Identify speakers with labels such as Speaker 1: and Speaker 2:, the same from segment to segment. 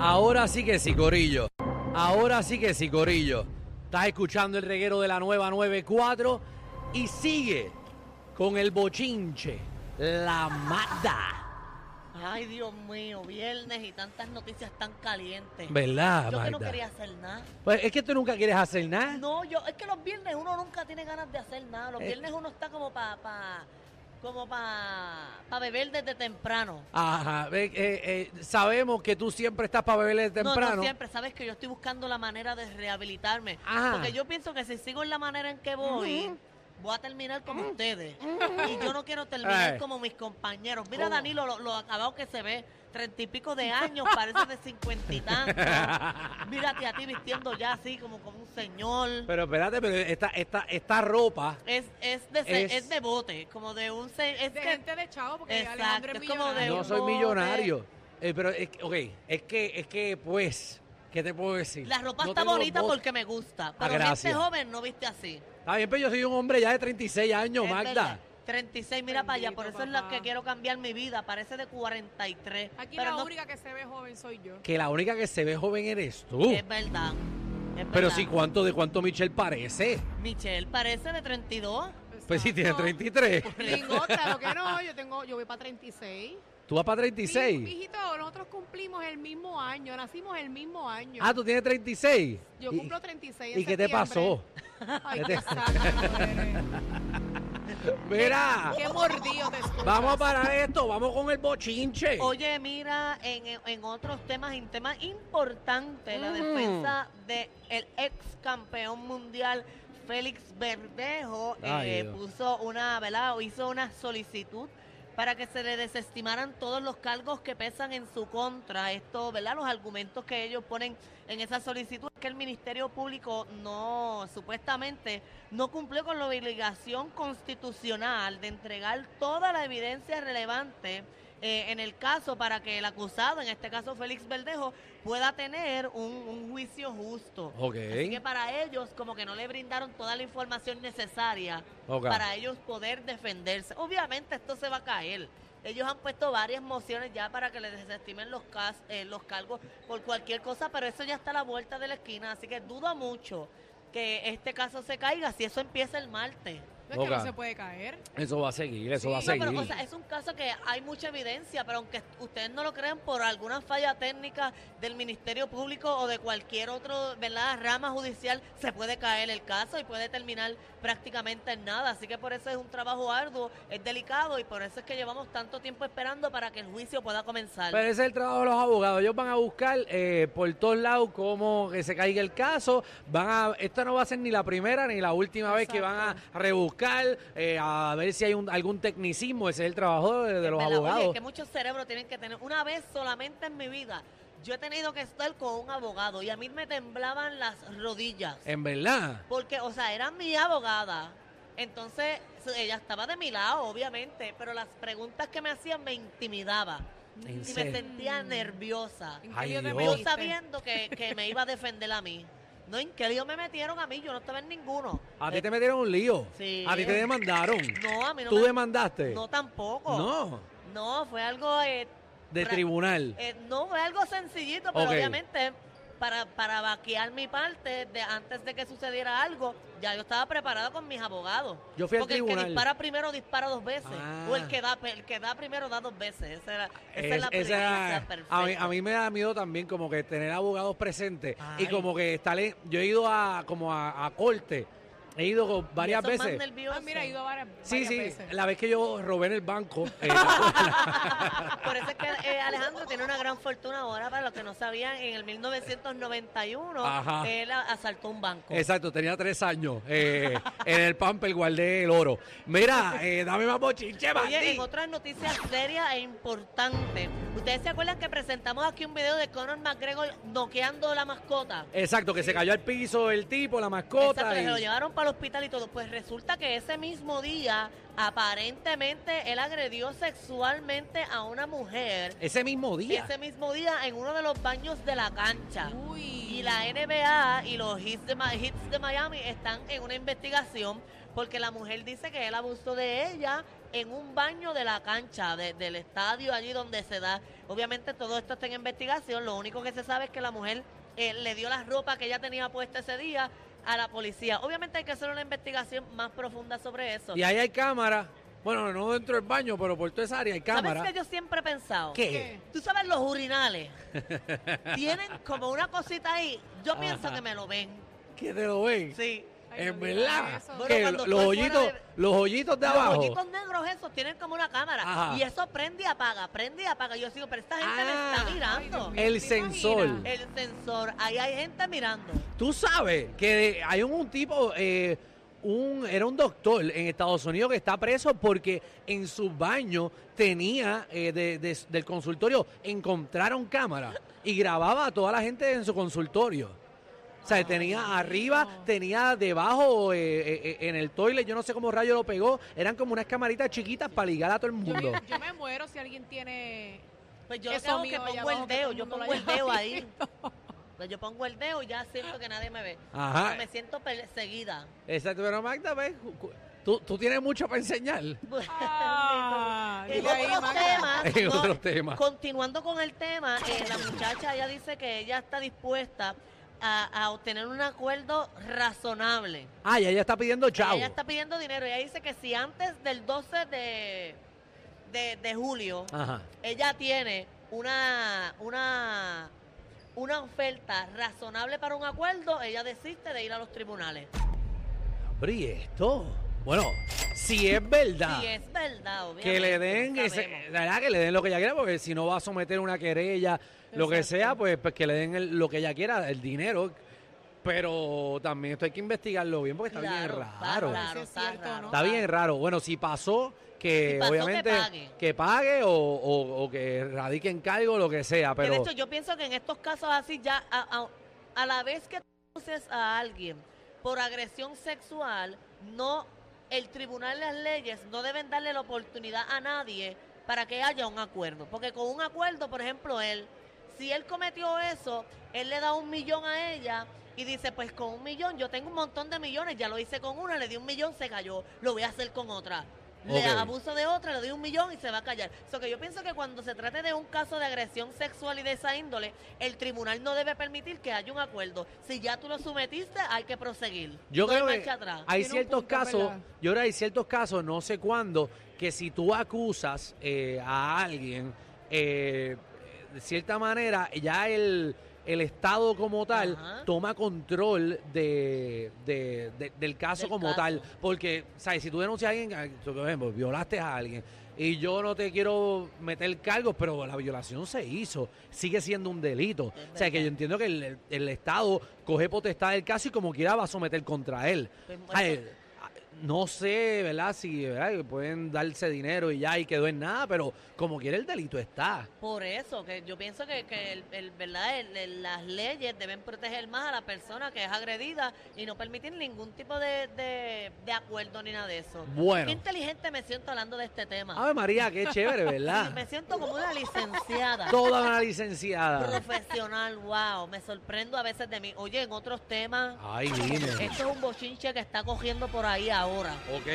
Speaker 1: Ahora sí que sí, Corillo. Ahora sí que sí, Corillo. Estás escuchando el reguero de la nueva 94 y sigue con el bochinche, la Magda.
Speaker 2: Ay, Dios mío, viernes y tantas noticias tan calientes.
Speaker 1: ¿Verdad,
Speaker 2: Yo que no
Speaker 1: Magda?
Speaker 2: quería hacer nada.
Speaker 1: Pues es que tú nunca quieres hacer nada.
Speaker 2: No, yo, es que los viernes uno nunca tiene ganas de hacer nada. Los
Speaker 1: Eh.
Speaker 2: viernes uno está como para pa, como pa, pa beber desde temprano.
Speaker 1: Ajá, ve- eh, eh, sabemos que tú siempre estás para beberle
Speaker 2: No,
Speaker 1: temprano.
Speaker 2: No, siempre, sabes que yo estoy buscando la manera de rehabilitarme.
Speaker 1: Ajá.
Speaker 2: Porque yo pienso que si sigo en la manera en que voy, voy a terminar como ustedes. Y yo no quiero terminar
Speaker 1: Ay.
Speaker 2: como mis compañeros. Mira, Danilo, lo, lo acabado que se ve. Treinta y pico de años, parece de cincuenta y tanto. Mírate a ti vistiendo ya así, como, como un señor.
Speaker 1: Pero espérate, pero esta, esta, esta ropa.
Speaker 2: Es, es, de, se-
Speaker 1: Es-
Speaker 2: es, de bote, como de un... se- Es
Speaker 3: de
Speaker 2: que-
Speaker 3: gente de chavo, porque
Speaker 2: Exacto,
Speaker 3: Alejandro es
Speaker 2: es como de
Speaker 3: millonario.
Speaker 1: No
Speaker 2: un
Speaker 1: soy
Speaker 2: bote.
Speaker 1: millonario. Eh, pero es que, ok, es que, es que, pues, ¿qué te puedo decir?
Speaker 2: la ropa
Speaker 1: No
Speaker 2: está
Speaker 1: tengo
Speaker 2: bonita
Speaker 1: voz.
Speaker 2: porque me gusta. Pero
Speaker 1: gracias.
Speaker 2: gente joven no viste así.
Speaker 1: Está bien, pero yo soy un hombre ya de 36 años,
Speaker 2: Es
Speaker 1: Magda.
Speaker 2: verdad. 36, mira para allá, por eso
Speaker 3: Bendito,
Speaker 2: es la
Speaker 3: papá.
Speaker 2: que quiero cambiar mi vida, parece de 43.
Speaker 3: Aquí
Speaker 2: pero
Speaker 3: la
Speaker 2: no-
Speaker 3: única que se ve joven soy yo.
Speaker 1: Que la única que se ve joven eres tú.
Speaker 2: Es verdad. es
Speaker 1: Uh. pero
Speaker 2: verdad.
Speaker 1: si cuánto de cuánto Michelle parece.
Speaker 2: Michelle parece de 32.
Speaker 1: Pues si tiene
Speaker 3: Exacto.
Speaker 1: 33.
Speaker 3: Lingota, lo que no, yo tengo, yo voy para 36.
Speaker 1: Tú vas para
Speaker 3: Sí,
Speaker 1: 36.
Speaker 3: mijito, nosotros cumplimos el mismo año, nacimos el mismo año.
Speaker 1: Ah, tú tienes 36.
Speaker 3: yo
Speaker 1: ¿Y-
Speaker 3: cumplo 36 en
Speaker 1: ¿Y qué te pasó?
Speaker 3: septiembre. Ay,
Speaker 1: ¿Qué
Speaker 3: qué
Speaker 1: te-
Speaker 3: sácalo eres.
Speaker 1: Mira,
Speaker 3: Qué mordido te escuchas.
Speaker 1: Ah. vamos a parar esto, vamos con el bochinche.
Speaker 2: Oye, mira, en, en otros temas, en temas importantes, la
Speaker 1: Mm.
Speaker 2: defensa del ex campeón mundial Félix Verdejo eh,
Speaker 1: Ay, Dios.
Speaker 2: puso una, ¿verdad? O hizo una solicitud para que se le desestimaran todos los cargos que pesan en su contra. Esto, ¿verdad? Los argumentos que ellos ponen en esa solicitud es que el Ministerio Público no, supuestamente, no cumplió con la obligación constitucional de entregar toda la evidencia relevante eh, en el caso para que el acusado, en este caso Félix Verdejo, pueda tener un, un juicio justo.
Speaker 1: Ok,
Speaker 2: Así que para ellos como que no le brindaron toda la información necesaria
Speaker 1: ok.
Speaker 2: para ellos poder defenderse. Obviamente esto se va a caer. Ellos han puesto varias mociones ya para que les desestimen los, cas- eh, los cargos por cualquier cosa, pero eso ya está a la vuelta de la esquina, así que dudo mucho que este caso se caiga si eso empieza el martes.
Speaker 3: No, es que
Speaker 1: Boca.
Speaker 3: no se puede caer.
Speaker 1: Eso va a seguir, eso
Speaker 3: Sí.
Speaker 1: va a
Speaker 3: No,
Speaker 1: seguir.
Speaker 2: No, pero, o sea, es un caso que hay mucha evidencia, pero aunque ustedes no lo crean por alguna falla técnica del Ministerio Público o de cualquier otro, ¿verdad? rama judicial, se puede caer el caso y puede terminar prácticamente en nada. Así que por eso es un trabajo arduo, es delicado y por eso es que llevamos tanto tiempo esperando para que el juicio pueda comenzar.
Speaker 1: Pero ese es el trabajo de los abogados. Ellos van a buscar eh, por todos lados cómo que se caiga el caso. Van a, esta no va a ser ni la primera ni la última vez que van a rebuscar eh, a ver si hay un- algún tecnicismo. Ese es el trabajo de, de los
Speaker 2: ¿Verdad? Oye,
Speaker 1: abogados.
Speaker 2: que muchos cerebros tienen que tener. Una vez solamente en mi vida, yo he tenido que estar con un abogado y a mí me temblaban las rodillas.
Speaker 1: En verdad.
Speaker 2: Porque, o sea, era mi abogada. Entonces, su- ella estaba de mi lado, obviamente, pero las preguntas que me hacían me intimidaba.
Speaker 1: En
Speaker 2: Y me
Speaker 1: serio.
Speaker 2: sentía nerviosa.
Speaker 3: ¿En qué
Speaker 1: Ay,
Speaker 3: lío te
Speaker 1: Dios.
Speaker 2: Yo
Speaker 1: Oh.
Speaker 3: metiste?
Speaker 2: sabiendo que, que me iba a defender a mí. No, ¿en qué lío me metieron a mí? Yo no estaba en ninguno.
Speaker 1: A ti
Speaker 2: Eh,
Speaker 1: te metieron un lío.
Speaker 2: Sí.
Speaker 1: A ti te demandaron.
Speaker 2: No, a mí no
Speaker 1: ¿Tú
Speaker 2: me-
Speaker 1: demandaste?
Speaker 2: No, tampoco.
Speaker 1: No,
Speaker 2: No, fue algo... eh,
Speaker 1: de
Speaker 2: Ra-
Speaker 1: tribunal.
Speaker 2: Eh, no, fue algo sencillito, pero
Speaker 1: Ok.
Speaker 2: obviamente para, para vaquear mi parte de antes de que sucediera algo, ya yo estaba preparada con mis abogados.
Speaker 1: Yo fui al
Speaker 2: Porque el
Speaker 1: tribunal.
Speaker 2: que dispara primero dispara dos veces.
Speaker 1: Ah.
Speaker 2: O el que da el que da primero da dos veces. Esa, era, esa es,
Speaker 1: Es- esa era-
Speaker 2: la premisa
Speaker 1: a, mí,
Speaker 2: perfecta.
Speaker 1: a mí me da miedo también como que tener abogados presentes y
Speaker 2: Ay.
Speaker 1: como que estar en- yo he ido a como a, a corte he ido con-
Speaker 2: Y
Speaker 1: varias
Speaker 2: eso es más
Speaker 1: veces
Speaker 2: nervioso.
Speaker 3: Ah, mira, he ido varias,
Speaker 1: sí
Speaker 3: varias
Speaker 1: sí
Speaker 3: veces.
Speaker 1: la vez que yo robé en el banco eh,
Speaker 2: Por eso es que eh, Alejandro tiene una gran fortuna ahora, para los que no sabían, en el 1991
Speaker 1: Ajá.
Speaker 2: él a- asaltó un banco.
Speaker 1: exacto tenía tres años eh, en el pamper guardé el oro mira eh, dame más bochinche
Speaker 2: Oye,
Speaker 1: Mandy.
Speaker 2: en otras noticias serias e importantes, ¿ustedes se acuerdan que presentamos aquí un video de Conor McGregor noqueando la mascota?
Speaker 1: exacto que se cayó al piso el tipo la mascota
Speaker 2: Exacto, que
Speaker 1: y-
Speaker 2: se lo llevaron para el hospital y todo. Pues resulta que ese mismo día, aparentemente, él agredió sexualmente a una mujer
Speaker 1: ese mismo día
Speaker 2: ese mismo día en uno de los baños de la cancha.
Speaker 3: Uy.
Speaker 2: Y la NBA y los hits de, Ma- Hits de Miami están en una investigación porque la mujer dice que él abusó de ella en un baño de la cancha, de- del estadio, allí donde se da. Obviamente todo esto está en investigación. Lo único que se sabe es que la mujer eh, le dio la ropa que ella tenía puesta ese día a la policía. Obviamente hay que hacer una investigación más profunda sobre eso.
Speaker 1: Y ahí hay cámara. Bueno, no dentro del baño, pero por toda esa área hay cámara.
Speaker 2: ¿Sabes que yo siempre he pensado?
Speaker 1: ¿Qué?
Speaker 2: Tú sabes, los urinales tienen como una cosita ahí. Yo
Speaker 1: Ajá.
Speaker 2: pienso que me lo ven.
Speaker 1: ¿Qué te lo ven?
Speaker 2: Sí.
Speaker 3: Ay,
Speaker 1: en
Speaker 3: no digas
Speaker 1: verdad.
Speaker 3: eso.
Speaker 2: Bueno,
Speaker 1: Que los
Speaker 2: cuando estoy fuera
Speaker 1: hoyitos,
Speaker 2: de-
Speaker 1: los hoyitos de
Speaker 2: Los
Speaker 1: abajo.
Speaker 2: hoyitos negros esos tienen como una cámara.
Speaker 1: Ajá.
Speaker 2: Y eso prende y apaga, prende y apaga. Yo sigo, pero esta gente
Speaker 1: Ah.
Speaker 2: me está
Speaker 3: Ay,
Speaker 2: mirando.
Speaker 3: Dios mío,
Speaker 1: El
Speaker 3: ¿te
Speaker 1: sensor.
Speaker 3: imaginas?
Speaker 2: El sensor, ahí hay gente mirando.
Speaker 1: Tú sabes que de- hay un, un tipo, eh, un, era un doctor en Estados Unidos que está preso porque en su baño tenía, eh, de- de- del consultorio, encontraron cámara y grababa a toda la gente en su consultorio. O sea,
Speaker 3: Ay,
Speaker 1: tenía
Speaker 3: Dios
Speaker 1: arriba,
Speaker 3: mío.
Speaker 1: tenía debajo, eh, eh, eh, en el toilet, yo no sé cómo rayo lo pegó, eran como unas camaritas chiquitas para ligar a todo el
Speaker 3: Yo
Speaker 1: mundo.
Speaker 3: me, yo me muero si alguien tiene.
Speaker 2: Pues yo lo
Speaker 3: Eso
Speaker 2: que hago es
Speaker 3: mío
Speaker 2: que
Speaker 3: allá
Speaker 2: pongo el
Speaker 3: abajo, que
Speaker 2: dedo,
Speaker 3: todo el
Speaker 2: yo
Speaker 3: mundo lo
Speaker 2: pongo el
Speaker 3: haya
Speaker 2: dedo ahí. Pues yo pongo el dedo y ya siento que nadie me ve.
Speaker 1: Ajá.
Speaker 2: Me siento perseguida.
Speaker 1: Exacto, pero Magda, ¿ves? Tú, tú tienes mucho para enseñar
Speaker 3: Ah,
Speaker 2: En
Speaker 3: y ahí,
Speaker 2: otros
Speaker 3: Magda.
Speaker 2: temas,
Speaker 1: en
Speaker 2: no,
Speaker 1: otros temas.
Speaker 2: Continuando con el tema, eh, la muchacha ella dice que ella está dispuesta a, a obtener un acuerdo razonable.
Speaker 1: Ah, ya ella está pidiendo chavo.
Speaker 2: Ella está pidiendo dinero. Ella dice que si antes del 12 de, de, de julio
Speaker 1: Ajá.
Speaker 2: ella tiene una, una, una oferta razonable para un acuerdo, ella desiste de ir a los tribunales.
Speaker 1: Pero ¿y esto? Bueno, si es verdad
Speaker 2: Y es verdad, obviamente.
Speaker 1: que le den,
Speaker 2: no
Speaker 1: ese-
Speaker 2: sabemos.
Speaker 1: la verdad que le den lo que ella quiera, porque si no va a someter una querella, lo que
Speaker 3: Exacto.
Speaker 1: sea, pues, pues que le den el- lo que ella quiera, el dinero. Pero también esto hay que investigarlo bien porque está bien
Speaker 2: Claro,
Speaker 1: raro.
Speaker 2: está raro.
Speaker 3: Claro,
Speaker 2: está raro.
Speaker 1: Está bien raro. Bueno, si pasó, que
Speaker 2: Si pasó, que
Speaker 1: obviamente
Speaker 2: pague.
Speaker 1: que pague o, o- o que radique en cargo, lo que sea,
Speaker 2: Que
Speaker 1: pero...
Speaker 2: de hecho, yo pienso que en estos casos así, ya a, a- a la vez que acuses a alguien por agresión sexual, no el tribunal, las leyes no deben darle la oportunidad a nadie para que haya un acuerdo. Porque con un acuerdo, por ejemplo, él, si él cometió eso, él le da un millón a ella y dice, pues con un millón, yo tengo un montón de millones, ya lo hice con una, le di un millón, se cayó, lo voy a hacer con otra. Le
Speaker 1: Ok.
Speaker 2: abuso de otra, le doy un millón y se va a callar. So que yo pienso que cuando se trate de un caso de agresión sexual y de esa índole, el tribunal no debe permitir que haya un acuerdo. Si ya tú lo sometiste, hay que proseguir.
Speaker 1: Yo
Speaker 2: no hay
Speaker 1: creo que
Speaker 2: marcha atrás.
Speaker 1: hay
Speaker 3: Tiene un
Speaker 1: ciertos
Speaker 3: punto,
Speaker 1: casos,
Speaker 3: ¿verdad?
Speaker 1: yo creo que hay ciertos casos, no sé cuándo, que si tú acusas eh, a alguien, eh, de cierta manera, ya el, el Estado como tal
Speaker 2: Ajá.
Speaker 1: toma control de, de- de- del caso
Speaker 2: Del
Speaker 1: como
Speaker 2: caso.
Speaker 1: tal. Porque, ¿sabes? Si tú denuncias a alguien, ah, tú, por ejemplo, violaste a alguien y yo no te quiero meter cargos, pero la violación se hizo, sigue siendo un delito.
Speaker 2: Es
Speaker 1: O sea, que
Speaker 2: verdad.
Speaker 1: yo entiendo que el, el- el Estado coge potestad del caso y como quiera va a someter contra él.
Speaker 2: Pues, bueno,
Speaker 1: Ay, no sé, ¿verdad? Si ¿verdad? pueden darse dinero y ya y quedó en nada, pero como quiera el delito está.
Speaker 2: Por eso, que yo pienso que, que el, el- ¿verdad? El- el- las leyes deben proteger más a la persona que es agredida y no permitir ningún tipo de, de- de acuerdo ni nada de eso. Qué
Speaker 1: Bueno.
Speaker 2: inteligente me siento hablando de este tema.
Speaker 1: Ave María, qué chévere,
Speaker 2: Sí,
Speaker 1: ¿verdad?
Speaker 2: Me siento como una licenciada.
Speaker 1: Toda una licenciada.
Speaker 2: Profesional, wow, me sorprendo a veces de mí. Oye, en otros temas,
Speaker 1: Ay, dime.
Speaker 2: esto es un bochinche que está cogiendo por ahí ahora.
Speaker 1: ¿Ok?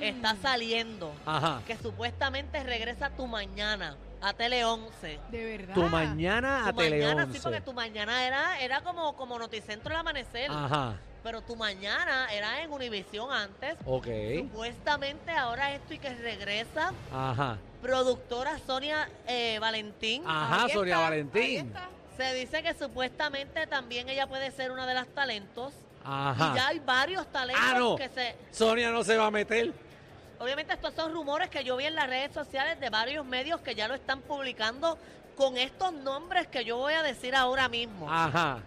Speaker 2: Está saliendo.
Speaker 1: Ajá.
Speaker 2: Que supuestamente regresa tu mañana a Tele 11.
Speaker 3: De verdad.
Speaker 1: Tu mañana a
Speaker 2: tu
Speaker 1: Ah, Tele
Speaker 2: mañana,
Speaker 1: 11.
Speaker 2: sí, porque tu mañana era, era como, como Noticentro el amanecer.
Speaker 1: Ajá.
Speaker 2: Pero tu mañana era en Univisión antes.
Speaker 1: Ok.
Speaker 2: Supuestamente ahora esto y que regresa
Speaker 1: Ajá.
Speaker 2: productora Sonia eh, Valentín.
Speaker 1: Ajá,
Speaker 3: Ahí
Speaker 1: Sonia
Speaker 3: está, ahí
Speaker 1: Valentín.
Speaker 3: está.
Speaker 2: Se dice que supuestamente también ella puede ser una de las talentos. Y ya
Speaker 1: Ajá.
Speaker 2: hay varios talentos
Speaker 1: Ah, no.
Speaker 2: que se...
Speaker 1: Sonia no se va a meter.
Speaker 2: Obviamente estos son rumores que yo vi en las redes sociales de varios medios que ya lo están publicando con estos nombres que yo voy a decir ahora mismo.
Speaker 1: Ajá.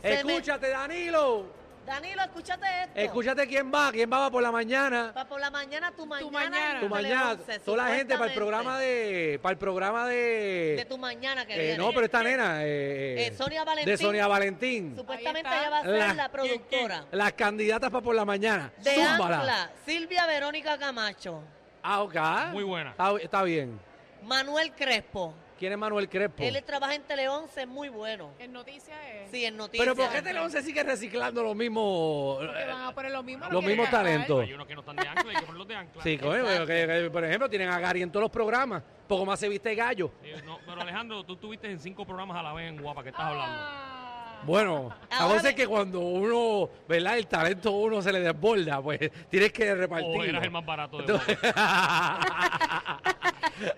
Speaker 2: Se me-
Speaker 1: Escúchate, Danilo.
Speaker 2: Danilo, escúchate esto.
Speaker 1: Escúchate quién va, quién va por la mañana.
Speaker 2: Pa' por la mañana, tu mañana.
Speaker 3: mañana.
Speaker 1: Tu
Speaker 2: en Tele
Speaker 1: mañana,
Speaker 2: 11,
Speaker 1: toda la gente para el programa de. Para el programa de.
Speaker 2: De tu mañana que
Speaker 1: eh,
Speaker 2: viene.
Speaker 1: no, pero esta nena. eh,
Speaker 2: Eh, Sonia Valentín.
Speaker 1: De Sonia Valentín.
Speaker 2: Supuestamente
Speaker 3: Ahí está.
Speaker 2: ella va a ser
Speaker 1: La-
Speaker 2: la, productora.
Speaker 1: Las candidatas para por la mañana.
Speaker 2: De
Speaker 1: Zúmbala.
Speaker 2: Ancla, Silvia Verónica Camacho,
Speaker 1: Ah, ok.
Speaker 4: Muy buena.
Speaker 1: Está, está bien.
Speaker 2: Manuel Crespo,
Speaker 1: ¿Quién es Manuel Crespo?
Speaker 2: Él trabaja en Tele 11, es muy bueno.
Speaker 3: En noticias es.
Speaker 2: Sí, en noticias.
Speaker 1: Pero ¿por qué Tele 11 sigue reciclando lo mismo?
Speaker 3: Porque van a poner los mismos.
Speaker 1: Los mismos talentos.
Speaker 4: Hay unos que no están de ancla, hay que ponerlos de ancla.
Speaker 1: Sí, coño,
Speaker 2: Exacto.
Speaker 1: que- que, por ejemplo, tienen a Gary en todos los programas. Poco más se viste gallo.
Speaker 4: Eh, no, pero Alejandro, tú estuviste en cinco programas a la vez en Guapa, ¿qué estás
Speaker 3: Ah.
Speaker 4: hablando?
Speaker 1: Bueno, a
Speaker 2: Ahora
Speaker 1: veces
Speaker 2: ve-
Speaker 1: que cuando uno, ¿verdad? El talento uno se le desborda, pues tienes que
Speaker 4: O
Speaker 1: repartir.
Speaker 4: Oh, eras el más barato de
Speaker 1: Entonces-
Speaker 4: Guapa.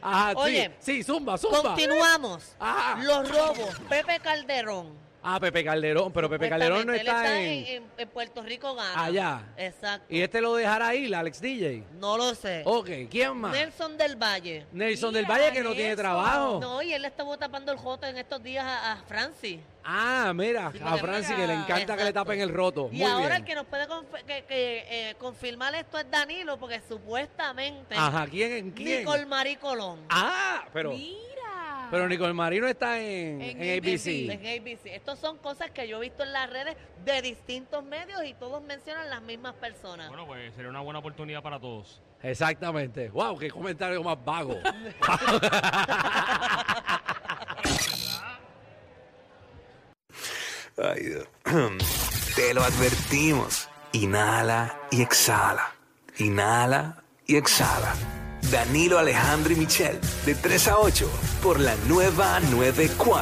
Speaker 1: Ajá, sí,
Speaker 2: Oye,
Speaker 1: sí, zumba, zumba.
Speaker 2: Continuamos.
Speaker 1: Ajá.
Speaker 2: Los robos. Pepe Calderón.
Speaker 1: Ah, Pepe Calderón, pero Pepe Calderón no
Speaker 2: Supuestamente,
Speaker 1: está
Speaker 2: él
Speaker 1: en...
Speaker 2: está en, en- en Puerto Rico gana.
Speaker 1: Allá.
Speaker 2: Exacto.
Speaker 1: Y este lo dejará ahí, el Alex DJ.
Speaker 2: No lo sé.
Speaker 1: Ok, ¿quién más?
Speaker 2: Nelson del Valle.
Speaker 1: Nelson del
Speaker 3: Mira
Speaker 1: Valle que no tiene
Speaker 3: eso.
Speaker 1: trabajo.
Speaker 2: No, y él le estuvo tapando el jote en estos días a, a Francis.
Speaker 1: Ah, mira,
Speaker 2: Sí,
Speaker 1: a
Speaker 2: porque
Speaker 1: Francis
Speaker 3: mira,
Speaker 1: que le encanta que le
Speaker 2: exacto.
Speaker 1: tapen el roto.
Speaker 2: Y
Speaker 1: Muy
Speaker 2: ahora
Speaker 1: bien.
Speaker 2: el que nos puede conf- que- que, eh, confirmar esto es Danilo, porque supuestamente
Speaker 1: Ajá, ¿quién en quién?
Speaker 2: Nicole Marie Colón
Speaker 1: Ah, pero
Speaker 3: Mira.
Speaker 1: pero Nicole Marino está en, en
Speaker 3: En
Speaker 2: en
Speaker 1: ABC.
Speaker 3: ABC.
Speaker 2: ABC. Estos son cosas que yo he visto en las redes de distintos medios y todos mencionan las mismas personas.
Speaker 4: Bueno, pues sería una buena oportunidad para todos.
Speaker 1: Exactamente. Wow, qué comentario más vago.
Speaker 5: Ay, Dios. Te lo advertimos. Inhala y exhala. Inhala y exhala. Danilo Alejandro y Michel, de 3 a 8, por la nueva 94.